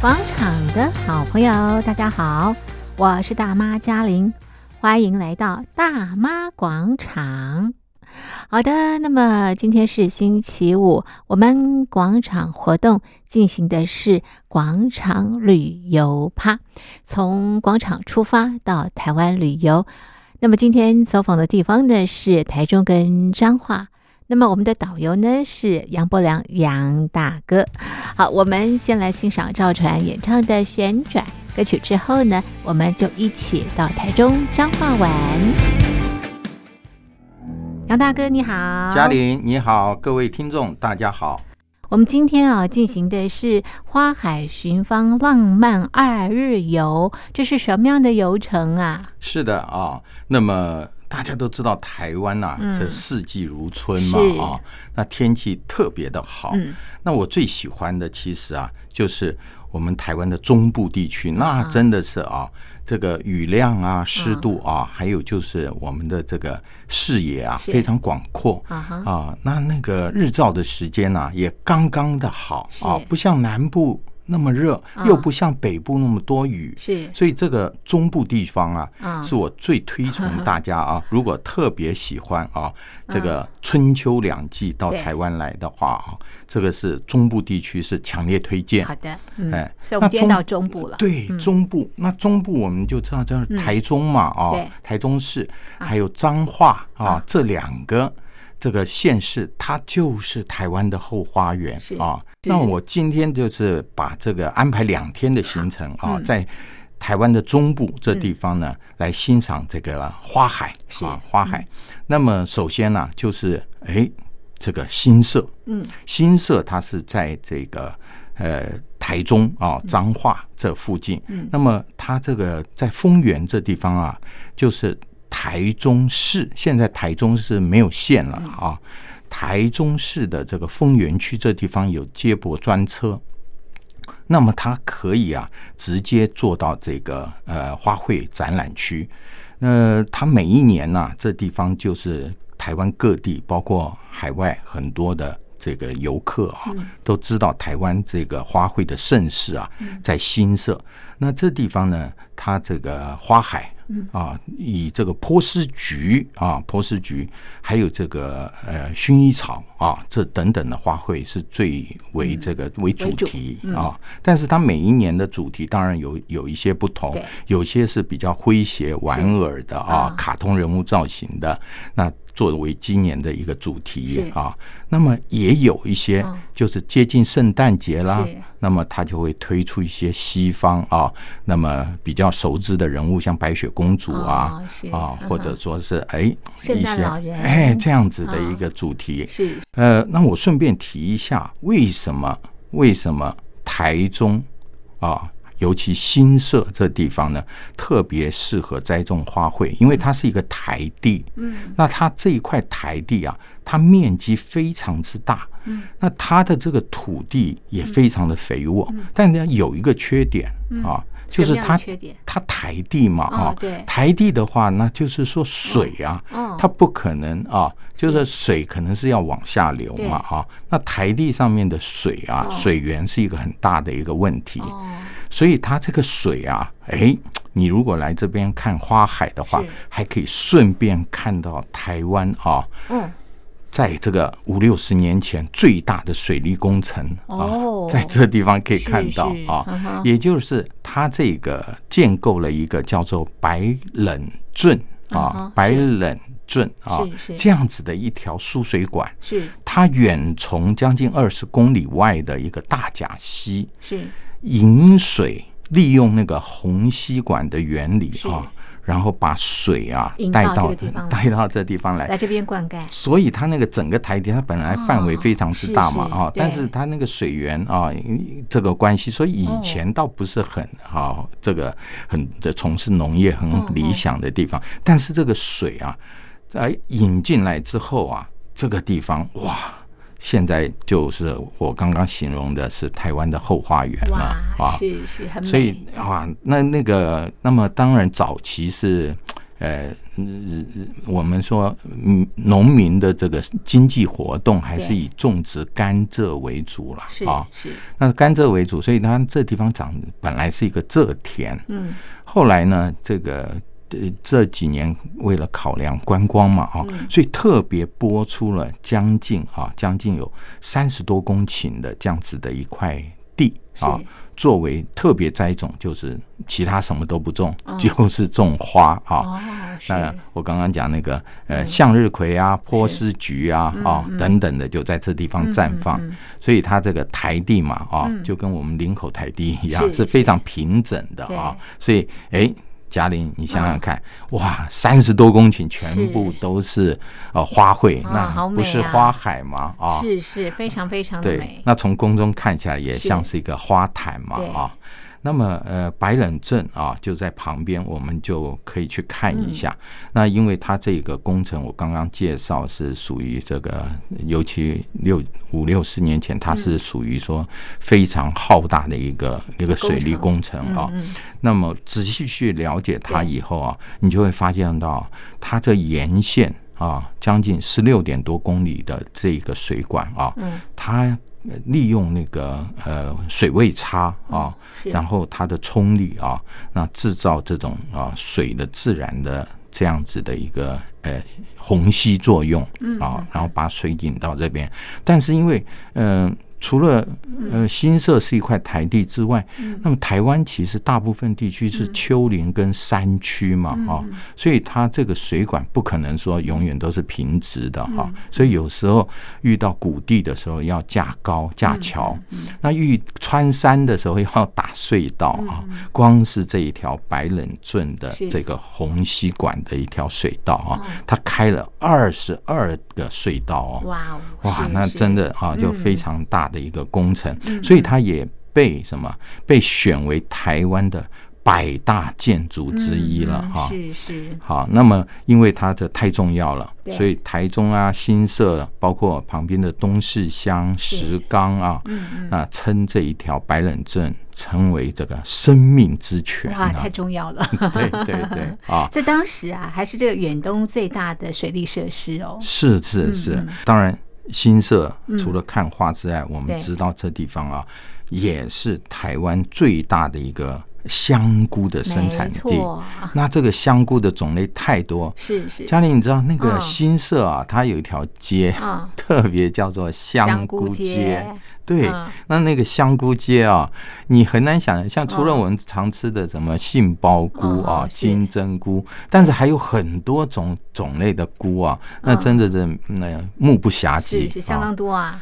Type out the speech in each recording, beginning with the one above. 广场的好朋友，大家好，我是大妈嘉玲，欢迎来到大妈广场。好的，那么今天是星期五，我们广场活动进行的是广场旅游趴，从广场出发到台湾旅游。那么今天走访的地方呢是台中跟彰化。那么我们的导游呢是杨伯良杨大哥。好，我们先来欣赏赵传演唱的《旋转》歌曲，之后呢，我们就一起到台中彰化玩。杨大哥你好，嘉玲你好，各位听众大家好。我们今天啊进行的是花海寻芳浪漫二日游，这是什么样的游程啊？是的啊，那么大家都知道台湾呐、嗯这四季如春嘛是啊，那天气特别的好。嗯那我最喜欢的其实啊，就是我们台湾的中部地区，嗯那真的是啊，这个雨量啊、湿嗯度啊，还有就是我们的这个视野啊，是非常广阔。啊哈，啊，那那个日照的时间呢、也刚刚的好啊是，啊不像南部那么热，又不像北部那么多雨，是所以这个中部地方啊，嗯是我最推崇大 家啊，如果特别喜欢啊，这个春秋两季到对台湾来的话啊，这个是中部地区是强烈推荐好。的，嗯哎，所以我们那今天中到中部了，嗯对，中部那中部我们就知道这是台中嘛，啊、对台中市还有彰化啊啊这两个这个县市，它就是台湾的后花园是啊。是那我今天就是把这个安排两天的行程啊，嗯在台湾的中部这地方呢，来欣赏这个花海是嗯啊，花海。那么首先呢、就是哎，这个新社，嗯，新社它是在这个呃台中啊彰化这附近，嗯，那么它这个在丰原这地方啊，就是台中市，现在台中市没有县了啊，台中市的这个丰原区这地方有接驳专车。那么它可以啊，直接做到这个呃花卉展览区，那它每一年呐、这地方就是台湾各地，包括海外很多的这个游客啊，都知道台湾这个花卉的盛世啊，在新社。那这地方呢，它这个花海。嗯啊，以这个波斯菊啊，波斯菊，还有这个呃薰衣草啊，这等等的花卉是最为这个为主嗯主嗯题啊。但是它每一年的主题当然有有一些不同对，有些是比较诙谐玩尔的啊啊，卡通人物造型的，那作为今年的一个主题是啊。那么也有一些嗯就是接近圣诞节啦是，那么他就会推出一些西方啊，那么比较熟知的人物，像白雪公主啊哦是啊嗯，或者说是哎圣一诞些老人哎这样子的一啊个主题。是呃，那我顺便提一下，为什么为什么台中啊，尤其新社这地方呢，特别适合栽种花卉，因为它是一个台地。嗯，那它这一块台地啊，它面积非常之大。嗯，那它的这个土地也非常的肥沃，但呢有一个缺点啊，就是嗯什么样的它缺点它台地嘛哦啊，对台地的话，那就是说水啊，哦它不可能啊，就是水可能是要往下流嘛啊。那台地上面的水啊，哦水源是一个很大的一个问题，哦，所以它这个水啊，哎，你如果来这边看花海的话是，还可以顺便看到台湾啊，嗯，在这个五六十年前最大的水利工程啊哦，在这地方可以看到是是嗯啊哼，也就是它这个建构了一个叫做白冷圳嗯哼啊，白冷圳啊是是这样子的一条输水管，是它远从将近二十公里外的一个大甲溪是引水，利用那个虹吸管的原理啊。然后把水啊引到带这到个地方来带到这地方来，来这边灌溉，所以它那个整个台地，它本来范围非常之大嘛哦是是啊、对但是它那个水源啊、因这个关系，所以以前倒不是很好、哦这个很的从事农业很理想的地嗯方，但是这个水啊，呃，引进来之后啊，这个地方哇，现在就是我刚刚形容的是台湾的后花园了哇，啊，是是很美，所以啊，哇那那个，那么当然早期是，呃，嗯我们说嗯农民的这个经济活动还是以种植甘蔗为主了是啊。是，那甘蔗为主，所以它这地方长本来是一个蔗田，嗯后来呢，这个呃这几年为了考量观光嘛啊，嗯所以特别拨出了将近啊，将近有三十多公顷的这样子的一块地啊是，作为特别栽种，就是其他什么都不种，哦就是种花啊。哦是那我刚刚讲那个呃嗯向日葵啊、波斯菊啊嗯啊嗯等等的，就在这地方嗯绽嗯放。嗯所以它这个台地嘛，啊嗯，就跟我们林口台地是一样，是非常平整的对啊。所以，哎，嘉玲，你想想看，嗯哇，三十多公顷全部都是呃花卉，啊好那美不是啊花海吗？啊，是是非常非常的对美，，那从宫中看起来也是像是一个花坛嘛对啊。那么呃，白冷镇啊就在旁边，我们就可以去看一下。嗯那因为它这个工程，我刚刚介绍是属于这个，尤其六五六十年前，它嗯是属于说非常浩大的一个、一个水利工程啊。嗯嗯那么仔细去了解它对以后啊，你就会发现到它这沿线啊，将近十六点多公里的这个水管啊，嗯它呃利用那个呃水位差啊，嗯是然后它的冲力啊，那制造这种啊水的自然的这样子的一个呃虹吸作用啊，然后把水引到这边。但是因为嗯、呃除了呃新社是一块台地之外，那么台湾其实大部分地区是丘陵跟山区嘛啊，所以它这个水管不可能说永远都是平直的哈、所以有时候遇到谷地的时候要架高架桥，那遇穿山的时候要打隧道啊，光是这一条白冷圳的是这个虹吸管的一条隧道啊，嗯它开了二十二个隧道哦，哇哦哇，是那是嗯真的啊，就非常大的一个工程，所以它也被什么被选为台湾的百大建筑之一了嗯嗯哈、是是好，那么因为它这太重要了，对所以台中啊、新社，包括旁边的东势乡、石冈啊，嗯那称这一条白冷镇称为这个生命之泉哇，啊太，重要了。 对对对啊。在当时啊，还是这个远东最大的水利设施哦。是是是，嗯当然新社除了看画之外，我对们知道这地方啊，也是台湾最大的一个香菇的生产没地。错，那这个香菇的种类太多，是是，嘉玲，你知道那个嗯新社啊，它有一条街，嗯，特别叫做香菇街。街，对嗯，那那个香菇街啊，你很难想象，除了我们常吃的什么杏鲍菇嗯啊嗯、是金针菇，但是还有很多种种类的菇啊，那真的是嗯那目不暇嗯是及是相啊，当多啊。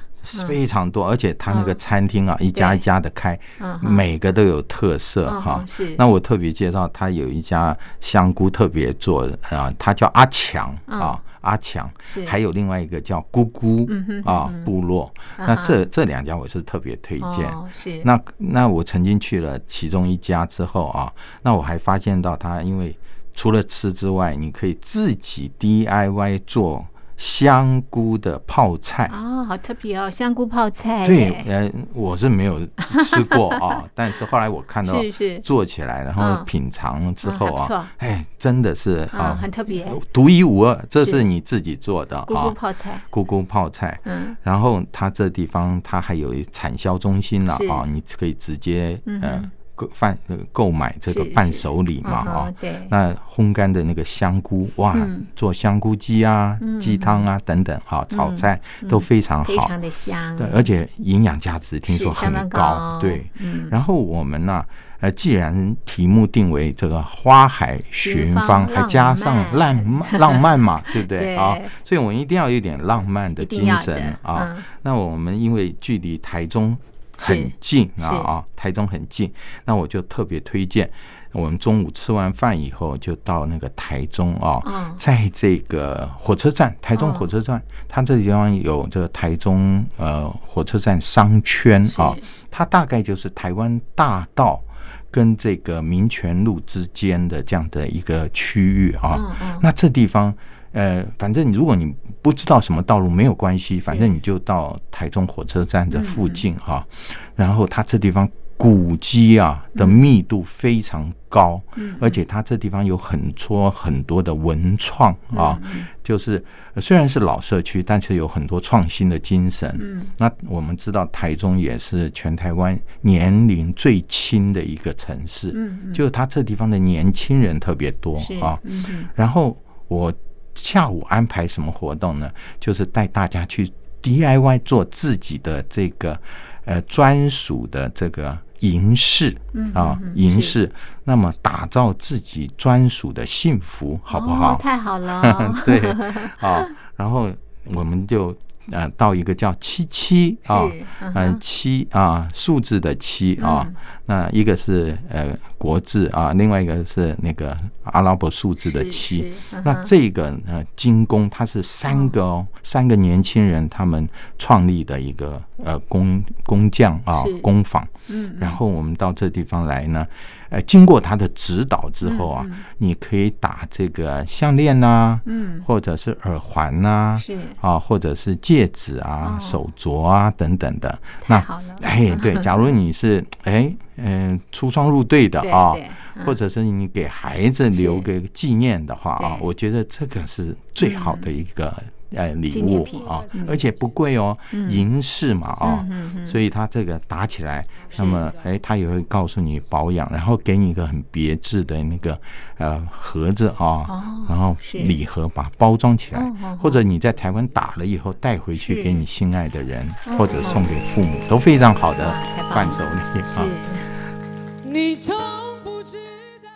非常多，而且它那个餐厅啊，一家一家的开嗯，哼每个都有特色嗯哈哼。是那我特别介绍，它有一家香菇特别做的啊，它叫阿强啊，阿强嗯是，嗯还有另外一个叫姑姑哼啊部落。那啊哈这这两家我是特别推荐。哦，是那那我曾经去了其中一家之后啊，那我还发现到它，因为除了吃之外，你可以自己 DIY 做香菇的泡菜。哦，好特别哦，香菇泡菜对，耶，呃，我是没有吃过 啊，但是后来我看到是是做起来，然后嗯品尝了之嗯后还不错啊，哎，真的是嗯，啊，很特别，独一无二，这是是你自己做的菇菇啊，泡菜，咕咕泡菜。嗯，然后它这地方它还有产销中心了是啊，你可以直接嗯哼呃购贩呃购买这个是伴手礼嘛嗯哼啊。对，那烘干的那个香菇哇嗯，做香菇鸡啊、鸡汤啊等等啊，炒菜都非常嗯非好。常的香，对，而且营养价值听是说相很当高，对。嗯，然后我们呢、呃，既然题目定为这个花海寻寻芳芳，还浪加上浪漫浪漫嘛，对不对对啊？所以我们一定要有一点浪漫的一定精要神的啊。嗯那我们因为距离台中很近啊是啊，台中很近，那我就特别推荐我们中午吃完饭以后就到那个台中啊，嗯在这个火车站，台中火车站，它这地方有这个台中呃火车站商圈啊是，它大概就是台湾大道。跟这个民权路之间的这样的一个区域啊，嗯嗯那这地方，呃，反正你如果你不知道什么道路没有嗯啊关系，反正你就到台中火车站的附近哈、然后它这地方古迹啊嗯的密度非常高，而且它这地方有很多很多的文创啊，嗯就是呃虽然是老社区，但是有很多创新的精神。嗯那我们知道台中也是全台湾年龄最轻的一个城市，嗯，就是它这地方的年轻人特别多是啊，。嗯嗯然后我下午安排什么活动呢？就是带大家去 DIY 做自己的这个呃专属的这个银饰嗯啊嗯嗯，银是饰，那么打造自己专属的幸福，好不好，哦？太好了 对啊，然后我们就呃到一个叫七七是啊。嗯哼，嗯嗯七啊，数字的七啊，那一个是呃国字啊，另外一个是那个阿拉伯数字的是七，，是嗯那哼这个呃，精工它是三个哦，三个年轻人他们创立的一个呃工工匠啊是工坊，嗯然后我们到这地方来呢，呃，经过他的指导之后啊，你可以打这个项链呐、嗯或者是耳环呐、是啊，或者是戒指啊、哦手镯啊等等的。太那好了，哎，对，假如你是哎嗯、出双入对的对啊，对或者是你给孩子留个纪念的话啊，对嗯我觉得这个是最好的一个呃礼纪念物品啊嗯，而且不贵哦，银饰嘛啊嗯，嗯嗯所以它这个打起来，是那么哎，它也会告诉你保养，然后给你一个很别致的那个呃盒子啊，哦然后是礼盒把它包装起哦哦哦来，或者你在台湾打了以后带回是去给你心爱的人哦，或者送给父母，都非常好的哇太棒了伴手礼啊。是。嗯你从不知道。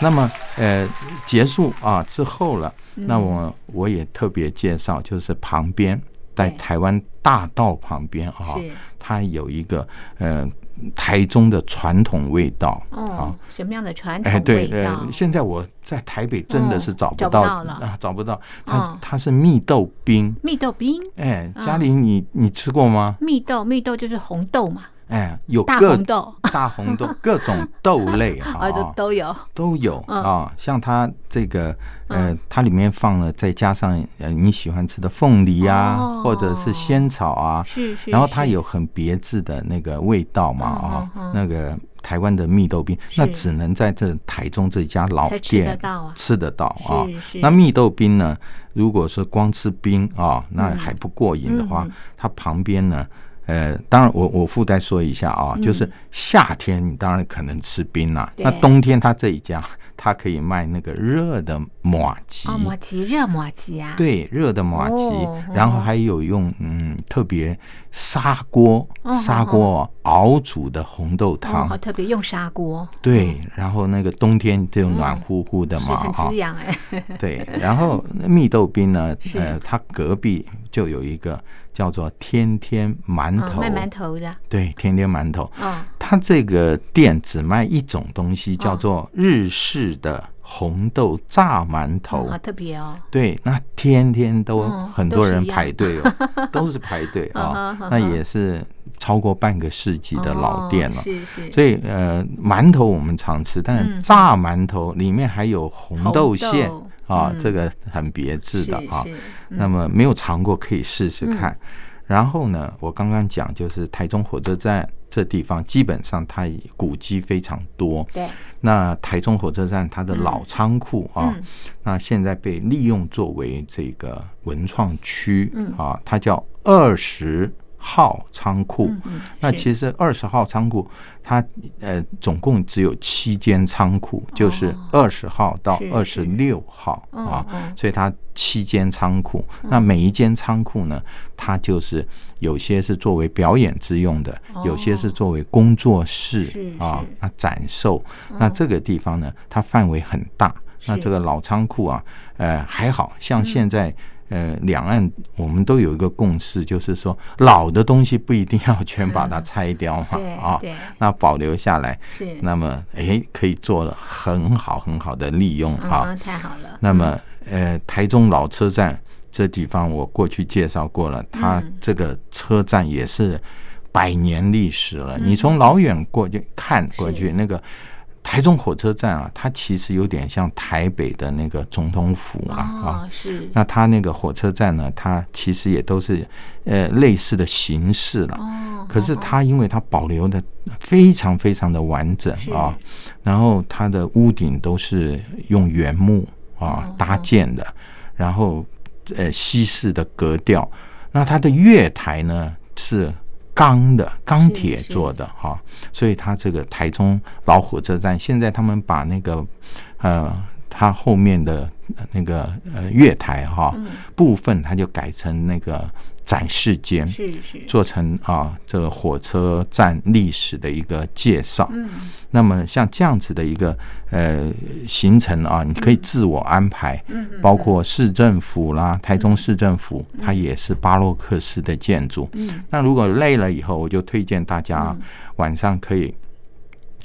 那么呃，结束啊之后了，嗯那我我也特别介绍，就是旁边在对台湾大道旁边啊是，它有一个呃台中的传统味道啊哦。，什么样的传统哎，对，味道呃？，现在我在台北真的是哦找不找不到到了啊，找不到。哦它它是蜜豆冰，蜜豆冰，哎，嗯嘉玲，你你吃过吗？蜜豆，蜜豆就是红豆嘛，哎，有大各红豆，大红豆，各种豆类 啊，啊，都都有，都有嗯啊，像它这个，呃，它里面放了，再加上呃你喜欢吃的凤梨哦啊，或者是仙草啊，是是。然后它是有很别致的那个味道嘛嗯嗯嗯啊，那个台湾的蜜豆冰，是那只能在这台中这家老才吃得店到啊，吃得到啊。是是，那蜜豆冰呢，如果是光吃冰啊，那还不过瘾的话嗯嗯嗯，它旁边呢。呃，当然我，我附带说一下啊，就是夏天你当然可能吃冰啦、嗯对那冬天它这一家， 它可以卖那个热的马吉，哦，马吉热马吉啊，对，热的马吉，哦然后还有用嗯特别砂锅哦砂锅熬煮的红豆哦，汤，好特别，用砂锅对，然后那个冬天就暖乎乎的是嘛很啊，滋养哎， 对，然后蜜豆冰呢，是呃，它隔壁就有一个叫做天天馒啊嗯头，卖馒头的，对，天天馒头，哦，它这个店只卖一种东西，叫做日式的红豆炸馒头。嗯好特别哦，对，那天天都嗯很都多是人一样排 队哦，都是排队嗯啊哼嗯，那也是超过半个世纪的老店哦了。是是，所以呃，馒头我们常吃，但嗯炸馒头里面还有红豆馅红豆啊嗯，这个很别致的啊。是，嗯那么没有尝过可以试试看。然后呢，我刚刚讲就是台中火车站这地方，基本上它古迹非常多。对，那台中火车站它的老仓库啊，嗯那现在被利用作为这个文创区嗯啊，它叫二十号仓库。嗯嗯，那是其实二十号仓库，它呃总共只有七间仓库，就是二十号到哦是二是十六号嗯啊嗯，所以它七间仓库。那每一间仓库呢，它就是有些是作为表演之用的，有些是作为工作室哦是啊是，嗯那展售。那这个地方呢，它范围很大。那是嗯这个老仓库啊，呃，还好像现在。呃，两岸我们都有一个共识，就是说老的东西不一定要全把它拆掉嘛，对啊，对那保留下来，是，那么诶可以做了很好很好的利用嗯啊。嗯太好了，那么呃，台中老车站这地方我过去介绍过了，它嗯这个车站也嗯是百年历史了。你从老远过去看过去，那个台中火车站啊，它其实有点像台北的那个总统府啊啊。哦，是那它那个火车站呢，它其实也都是呃类似的形式了。哦，可是好好它因为它保留的非常非常的完整是啊，然后它的屋顶都是用原木啊哦搭建的，然后呃西式的格调，那它的月台呢是钢的钢铁是做的哈、所以它这个台中老火车站现在他们把那个呃它后面的呃那个呃月台哈、嗯部分，它就改成那个展示间，哦是是，做成啊这个火车站历史的一个介绍。嗯，那么像这样子的一个呃行程啊，你可以自我安排，嗯嗯包括市政府啦，台中市政府，它也是巴洛克式的建筑。嗯那如果累了以后，我就推荐大家啊晚上可以。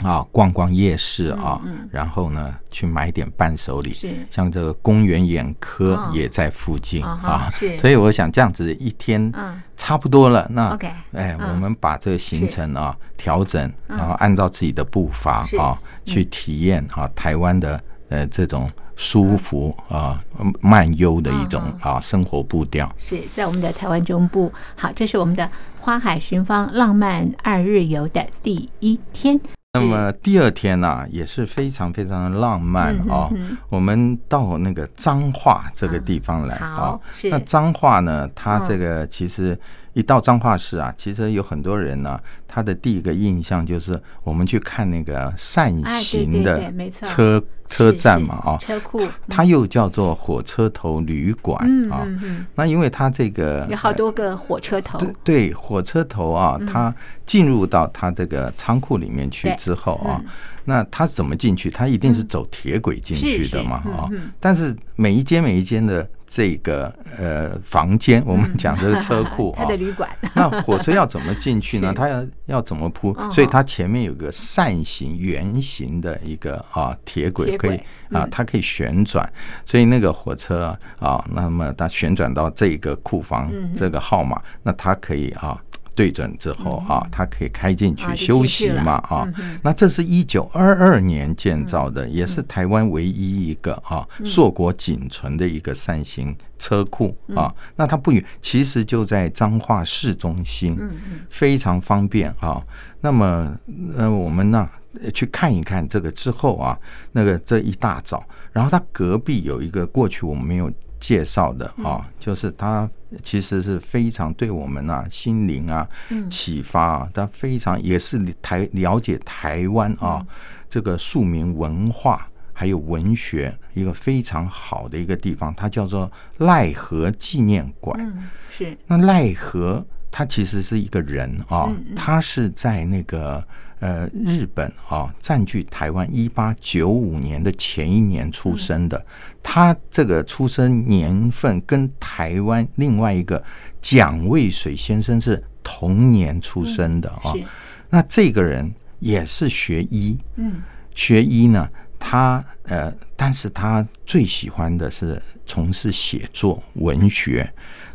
啊，逛逛夜市啊，然后呢，去买点伴手礼，嗯是像这个公园眼科哦也在附近啊啊哈，是所以啊我想这样子一天嗯差不多了。那 OK，哎，嗯我们把这个行程啊调整，然后按照自己的步伐是嗯啊去体验啊台湾的呃这种舒服啊慢悠的一种啊生活步调。嗯是在我们的台湾中部。好，这是我们的花海寻芳浪漫二日游的第一天。那么第二天呢、也是非常非常的浪漫啊、嗯哼哼我们到那个彰化这个地方来啊、好，是那彰化呢，它嗯这个其实一到彰化市啊，其实有很多人呢、他的第一个印象就是我们去看那个扇哎对形对的对，没错，车、车是站是嘛啊，车库，它又叫做火车头旅馆嗯啊。嗯嗯那因为它这个嗯，有好多个火车头，嗯对对，火车头啊，它进入到它这个仓库里面去对嗯之后啊，那它怎么进去？它一定是走铁轨进去的嘛是是啊嗯嗯！但是每一间每一间的这个呃房间，我们讲的是车库 他啊嗯的。旅馆， 那火车要怎么进去呢？是它要要怎么铺？嗯所以它前面有个扇形、圆形的一个啊铁轨，铁可轨嗯以啊，它可以旋转。所以那个火车啊，那么它旋转到这个库房嗯这个号码，那它可以啊对准之后嗯啊，它可以开进啊去就休进息去了嘛啊嗯哼。嗯那这是一九二二年建造的，也是台湾唯一一个啊硕果仅存的一个扇形车库嗯啊。那它不远，其实就在彰化市中心，嗯非常方便啊。那么呃，我们呢、呃去看一看这个之后啊，那个这一大早，然后它隔壁有一个过去我们没有介绍的啊，就是它其实是非常对我们啊心灵啊启发啊，它非常也是台了解台湾啊这个庶民文化。还有文学一个非常好的一个地方，它叫做赖河纪念馆。嗯，是那奈何他其实是一个人啊，嗯他是在那个呃日本啊占据台湾一八九五年的前一年出生的，他这个出生年份跟台湾另外一个蒋渭水先生是同年出生的啊。是，那这个人也是学医，嗯，学医呢，他呃，但是他最喜欢的是从事写作文学。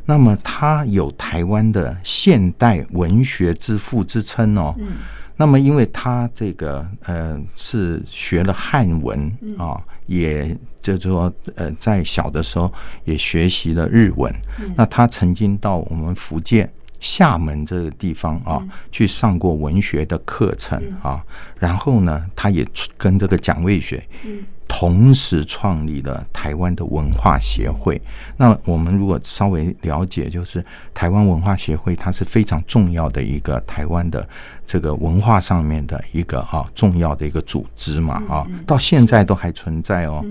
那么他有台湾的现代文学之父之称哦。那么因为他这个呃是学了汉文啊，也就是说呃在小的时候也学习了日文。那他曾经到我们福建。厦门这个地方啊，去上过文学的课程啊，然后呢，他也出跟这个蒋渭水同时创立了台湾的文化协会。那我们如果稍微了解，就是台湾文化协会，它是非常重要的一个台湾的这个文化上面的一个啊重要的一个组织嘛啊，到现在都还存在哦。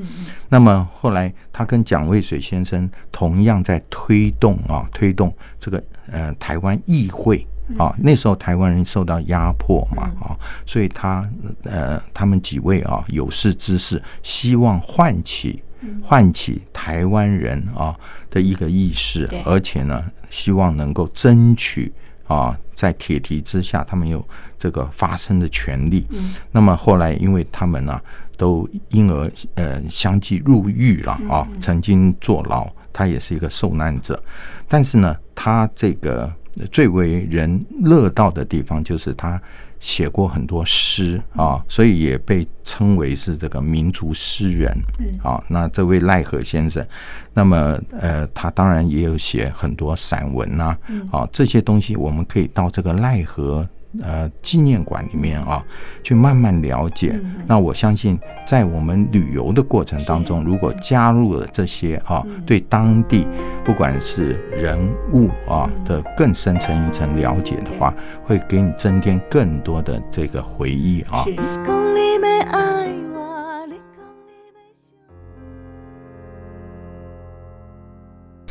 那么后来他跟蒋渭水先生同样在推动啊，推动这个呃台湾议会。啊，那时候台湾人受到压迫嘛，啊，所以他呃，他们几位啊有识之士，希望唤起唤起台湾人啊的一个意识对，而且呢，希望能够争取啊，在铁蹄之下，他们有这个发声的权利。嗯，那么后来，因为他们呢、都因而呃相继入狱了啊，曾经坐牢，他也是一个受难者。呃但是呢，他这个最为人乐道的地方就是他写过很多诗啊，所以也被称为是这个民族诗人。啊，那这位赖和先生，那么呃，他当然也有写很多散文呐、啊，这些东西我们可以到这个赖和。呃，纪念馆里面啊，去慢慢了嗯解。那我相信，在我们旅游的过程当中，如果加入了这些啊，嗯对当地不管是人物啊嗯的更深层一层了解的话，会给你增添更多的这个回忆啊。是你讲你要爱我，你讲你要想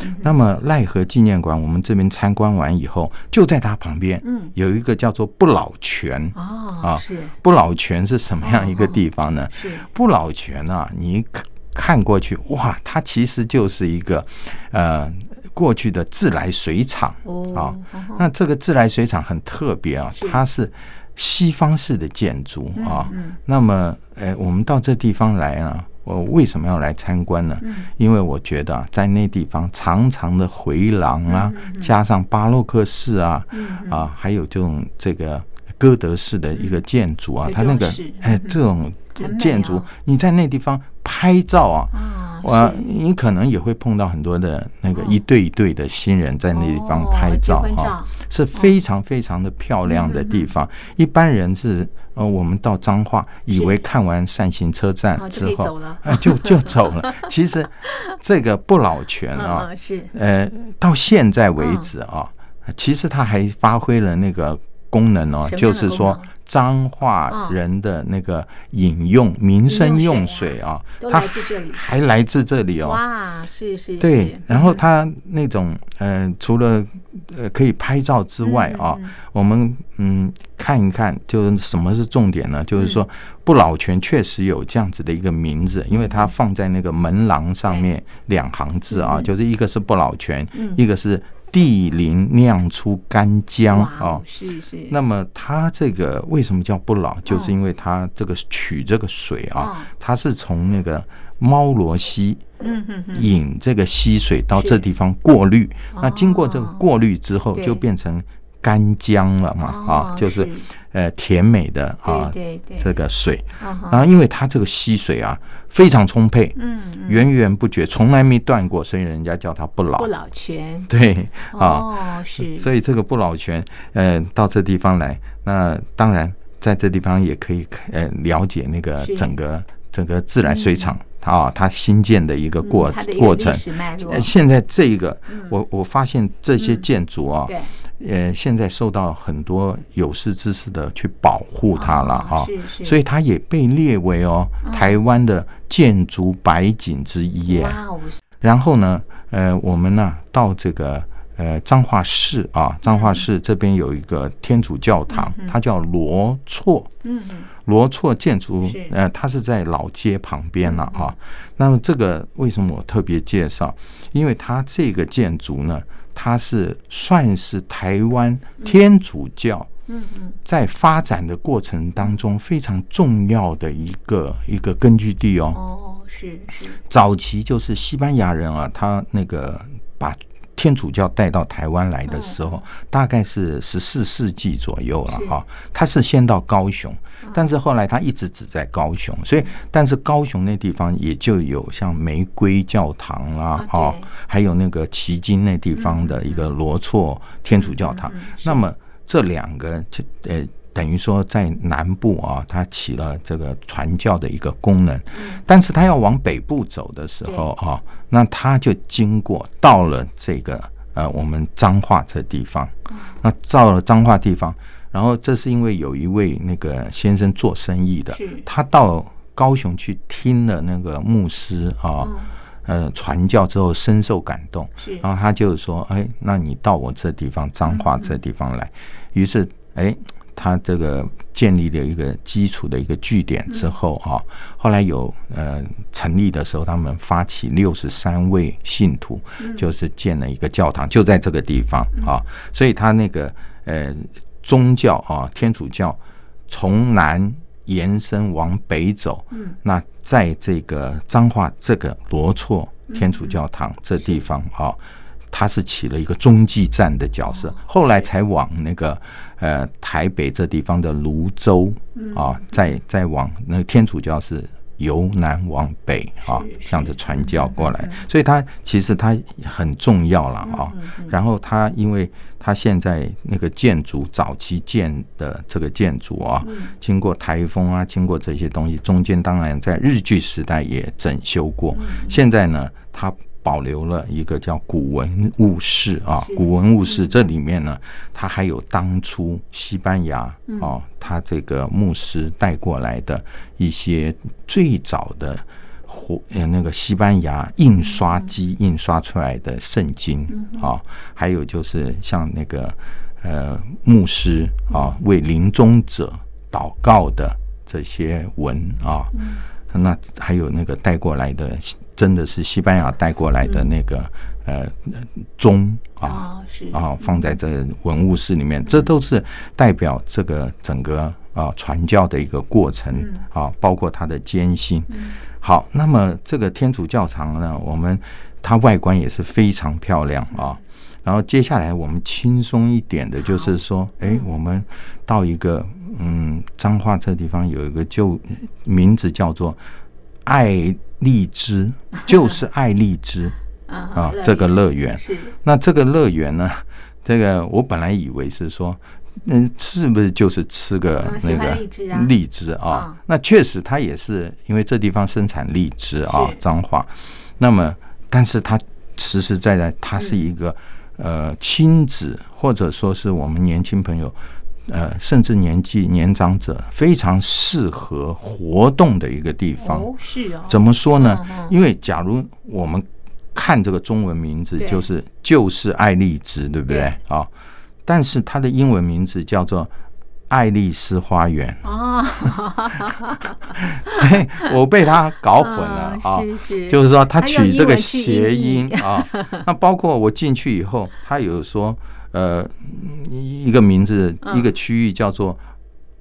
嗯那么奈何纪念馆，我们这边参观完以后，就在它旁边，嗯，有一个叫做不老泉。哦啊，是不老泉是什么样一哦个地方呢？是，不老泉啊，你一看看过去，哇，它其实就是一个呃过去的自来水厂啊、哦，哦那这个自来水厂很特别啊是，它是西方式的建筑啊。嗯那么，呃，我们到这地方来啊，我为什么要来参观呢？嗯因为我觉得、啊、在那地方长长的回廊啊，嗯加上巴洛克式啊，啊，还有这种这个哥德式的一个建筑啊，嗯它那个有装饰哎这种很美建筑啊，你在那地方拍照啊，啊，我是你可能也会碰到很多的那个哦一对一对的新人在那地方哦拍照结婚哈、照嗯是非常非常的漂亮的地方。一般人是呃，我们到彰化以为看完善行车站哦就之可以走后了，啊就就走了。其实这个不老泉啊 嗯，嗯是呃，到现在为止嗯啊，其实它还发挥了那个功能哦什么样，的就是说功能彰化人的那个饮用嗯民生用水啊，都它来自这里还来自这里哦。哇，是是对是，然后它那种呃，除了呃可以拍照之外嗯啊，我们嗯看一看，就是什么是重点嗯呢？就是说不老泉确实有这样子的一个名字，因为它放在那个门廊上面两行字嗯啊，就是一个是不老泉，一个是地灵酿出干姜哇哦啊。是是那么它这个为什么叫不老？就是哦因为它这个取这个水啊哦，它是从那个猫罗溪。嗯嗯嗯引这个溪水到这地方过滤，那经过这个过滤之后，哦对就变成干姜了嘛，哦啊，就是是呃甜美的啊对对对这个水。嗯哼然后因为它这个溪水啊非常充沛，嗯源源不绝，从来没断过，所以人家叫它不老不。老泉对啊，哦是所以这个不老泉，呃，到这地方来，那当然在这地方也可以呃了解那个是整个整个自来水厂。啊，它新建的一个嗯过它的一个过程历，史脉络呃，现在这一个，我我发现这些建筑啊，嗯对呃，现在受到很多有识之士的去保护它了哦啊，是是嗯所以它也被列为哦台湾的建筑百景之一耶。哇哦然后呢，呃，我们呢、到这个呃彰化市啊，彰嗯化市这边有一个天主教堂，它叫罗厝，嗯嗯罗厝建筑是，嗯呃，它是在老街旁边了啊。那么这个为什么我特别介绍？因为它这个建筑呢，它是算是台湾天主教嗯嗯在发展的过程当中非常重要的一个一个根据地哦。哦是是早期就是西班牙人啊，他那个把天主教带到台湾来的时嗯候，大概是十四世纪左右了哈、他是先到高雄，但是后来他一直只在高雄，所以嗯但是高雄那地方也就有像玫瑰教堂啦、啊哦对，还有那个旗津那地方的一个罗措天主教嗯堂。那么这两个这呃。等于说，在南部啊，它起了这个传教的一个功能，但是它要往北部走的时候啊，那它就经过到了这个呃我们彰化这地方，那到了彰化地方，然后这是因为有一位那个先生做生意的是，他到高雄去听了那个牧师啊，呃传教之后深受感动，是然后他就说：“哎，那你到我这地方彰化这地方来。”于是，哎，他这个建立了一个基础的一个据点之后啊，后来有呃成立的时候，他们发起六十三位信徒，就是建了一个教堂，就在这个地方啊。所以他那个呃宗教啊，天主教从南延伸往北走，嗯，那在这个彰化这个罗措天主教堂这地方啊，他是起了一个中继站的角色，后来才往那个呃台北这地方的泸州啊，再再往那个天主教是由南往北啊，这样子传教过来，所以他其实他很重要了啊。然后他因为他现在那个建筑早期建的这个建筑啊，经过台风啊，经过这些东西，中间当然在日据时代也整修过，现在呢，他。保留了一个叫古文物室啊，古文物室这里面呢，它还有当初西班牙哦，他这个牧师带过来的一些最早的活呃那个西班牙印刷机印刷出来的圣经啊，还有就是像那个呃牧师啊为临终者祷告的这些文啊。那还有那个带过来的，真的是西班牙带过来的那个、呃钟啊哦，是啊，放在这文物室里面，这都是代表这个整个啊传教的一个过程啊，包括它的艰辛。好，那么这个天主教堂呢，我们它外观也是非常漂亮啊。然后接下来我们轻松一点的，就是说，哎，我们到一个嗯，彰化这地方有一个旧名字叫做爱荔 枝，就是爱荔枝啊，这个乐园。嗯是那这个乐园呢， 这个我本来以为是说，嗯，是不是就是吃个嗯喜那欢个荔枝啊荔枝啊嗯？那确实，它也是因为这地方生产荔枝啊是，彰化。那么，但是它实实在在，它是一嗯个呃亲子，或者说是我们年轻朋友。呃，甚至年纪年长者非常适合活动的一个地方，哦，是哦，怎么说呢嗯嗯？因为假如我们看这个中文名字，对就是就是爱丽枝，对不对对啊、但是它的英文名字叫做爱丽丝花园， 哦，所以我被它搞混了啊。嗯是是，就是说，他它用取英这个文去谐音音译啊，那包括我进去以后，他有说，呃，一个名字，嗯一个区域叫做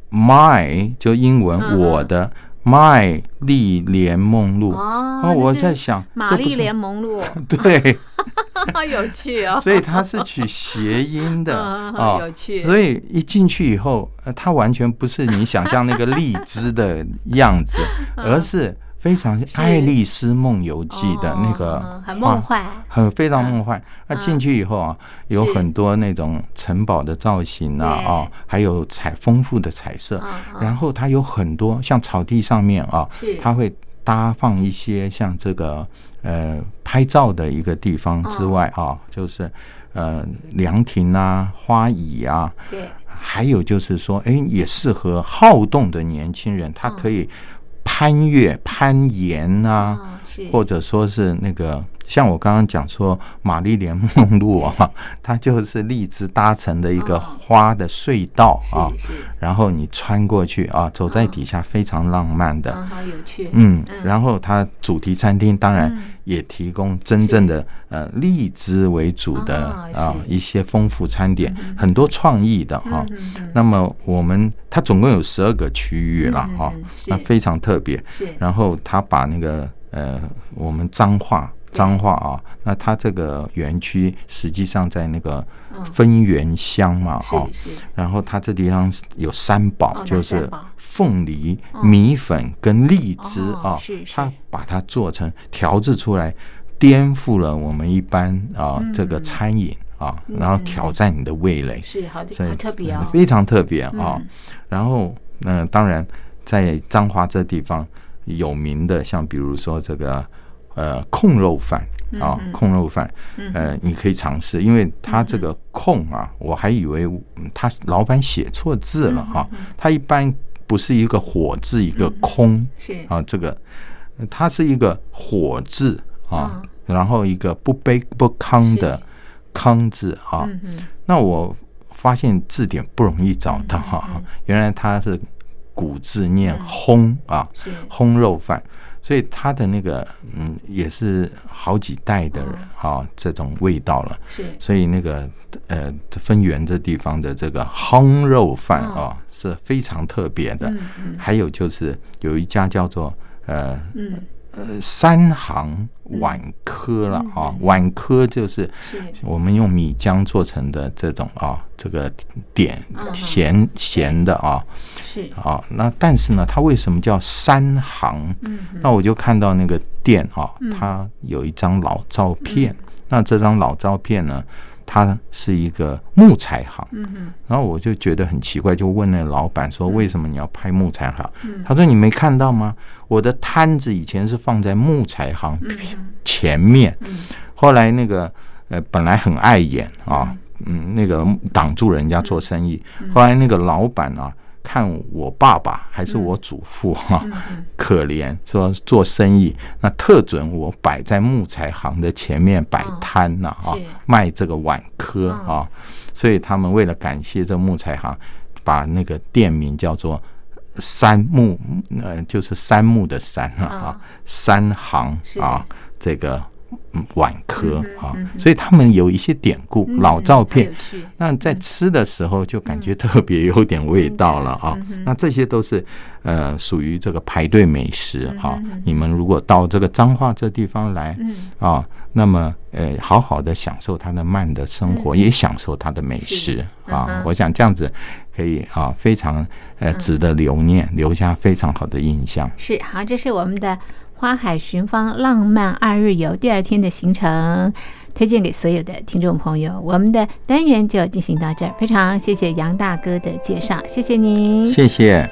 my，就英文嗯我的 my 丽莲梦露哦啊，我那是在想，玛这不丽是莲梦 露， 对，有趣哦，所以它是取谐音的嗯嗯嗯啊，有趣所以一进去以后，呃它完全不是你想象那个荔枝的样子，而是非常《爱丽丝梦游记》的那个啊哦很画梦幻，很非常梦幻。那进去以后啊，有是很多那种城堡的造型啊，对啊，还有彩丰富的彩色嗯，嗯然后它有很多像草地上面啊是，它会搭放一些像这个呃拍照的一个地方之外啊，就是呃凉亭啊、花椅啊，对，还有就是说，哎，也适合好动的年轻人，他可以攀越、攀岩啊。哦是或者说是那个，像我刚刚讲说玛丽莲梦露啊， 它就是荔枝搭成的一个花的隧道啊，是是，然后你穿过去啊，走在底下非常浪漫的，嗯，好嗯有趣，嗯，然后它主题餐厅当然也提供真正的呃荔枝为主的哦啊是一些丰富餐点，很多创意的哈嗯嗯嗯。那么我们它总共有十二个区域了哈嗯嗯嗯，是啊那非常特别。是然后他把那个呃我们彰化彰化啊，那它这个园区实际上在那个分园乡嘛哈。嗯是是，然后它这地方有三宝，哦就哪是三宝嗯凤梨、米粉跟荔枝哦啊是，它是把它做成调制出来，颠覆了我们一般啊这个餐饮啊，然后挑战你的味蕾，是好所的，以好特别哦，非常特别啊。然后，嗯、当然在彰化这地方有名的，像比如说这个呃控肉饭啊，控肉饭，呃，你可以尝试，因为它这个控啊，我还以为嗯他老板写错字了哈、他一般不是一个火字一个空。是啊，这个呃它是一个火字啊，然后一个不卑不亢的康字啊。嗯那我发现字典不容易找到哈、原来它是古字念烘啊，是烘肉饭。所以它的那个嗯，也是好几代的人啊，这种味道了。是所以那个呃，分园这地方的这个烘肉饭啊、是非常特别的。还有就是有一家叫做呃、嗯嗯呃三行碗粿了啊，碗粿就是是我们用米浆做成的这种啊，这个点咸咸的啊是，啊，那但是呢，它为什么叫三行？嗯那我就看到那个店啊，它有一张老照片，那这张老照片呢，它是一个木材行，嗯然后我就觉得很奇怪，就问那老板说：“为什么你要拍木材行？”他说：“你没看到吗？我的摊子以前是放在木材行嗯前面，后来那个呃本来很碍眼啊，嗯，那个挡住人家做生意。后来那个老板啊，看我爸爸还是我祖父哈、可怜，说做生意那特准我摆在木材行的前面摆摊呐啊是，卖这个碗粿啊。”所以他们为了感谢这木材行，把那个店名叫做“杉木”，呃，就是杉木的杉啊，啊杉行是啊，这个嗯碗科啊，所以他们有一些典故、老照片。那在吃的时候就感觉特别有点味道了啊！那这些都是呃属于这个排队美食啊。你们如果到这个彰化这地方来嗯啊，那么呃好好的享受它的慢的生活，也享受它的美食啊。我想这样子可以啊，非常呃值得留念，留下非常好的印象。是好，这是我们的花海寻芳浪漫二日游第二天的行程，推荐给所有的听众朋友。我们的单元就进行到这儿，非常谢谢杨大哥的介绍，谢谢您，谢谢。